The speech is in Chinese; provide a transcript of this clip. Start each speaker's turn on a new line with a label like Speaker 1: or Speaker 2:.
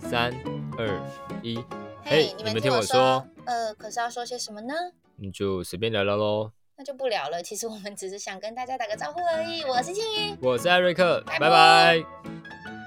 Speaker 1: 三二一，嘿
Speaker 2: 你
Speaker 1: 你
Speaker 2: 们
Speaker 1: 们
Speaker 2: 听
Speaker 1: 听
Speaker 2: 我
Speaker 1: 我说，
Speaker 2: 呃，可是要说些什么呢？
Speaker 1: 你就随便聊聊喽。
Speaker 2: 那就不聊了。其实我们只是想跟大家打个招呼而已。我是庆怡，
Speaker 1: 我是艾瑞克，
Speaker 2: 拜
Speaker 1: 拜拜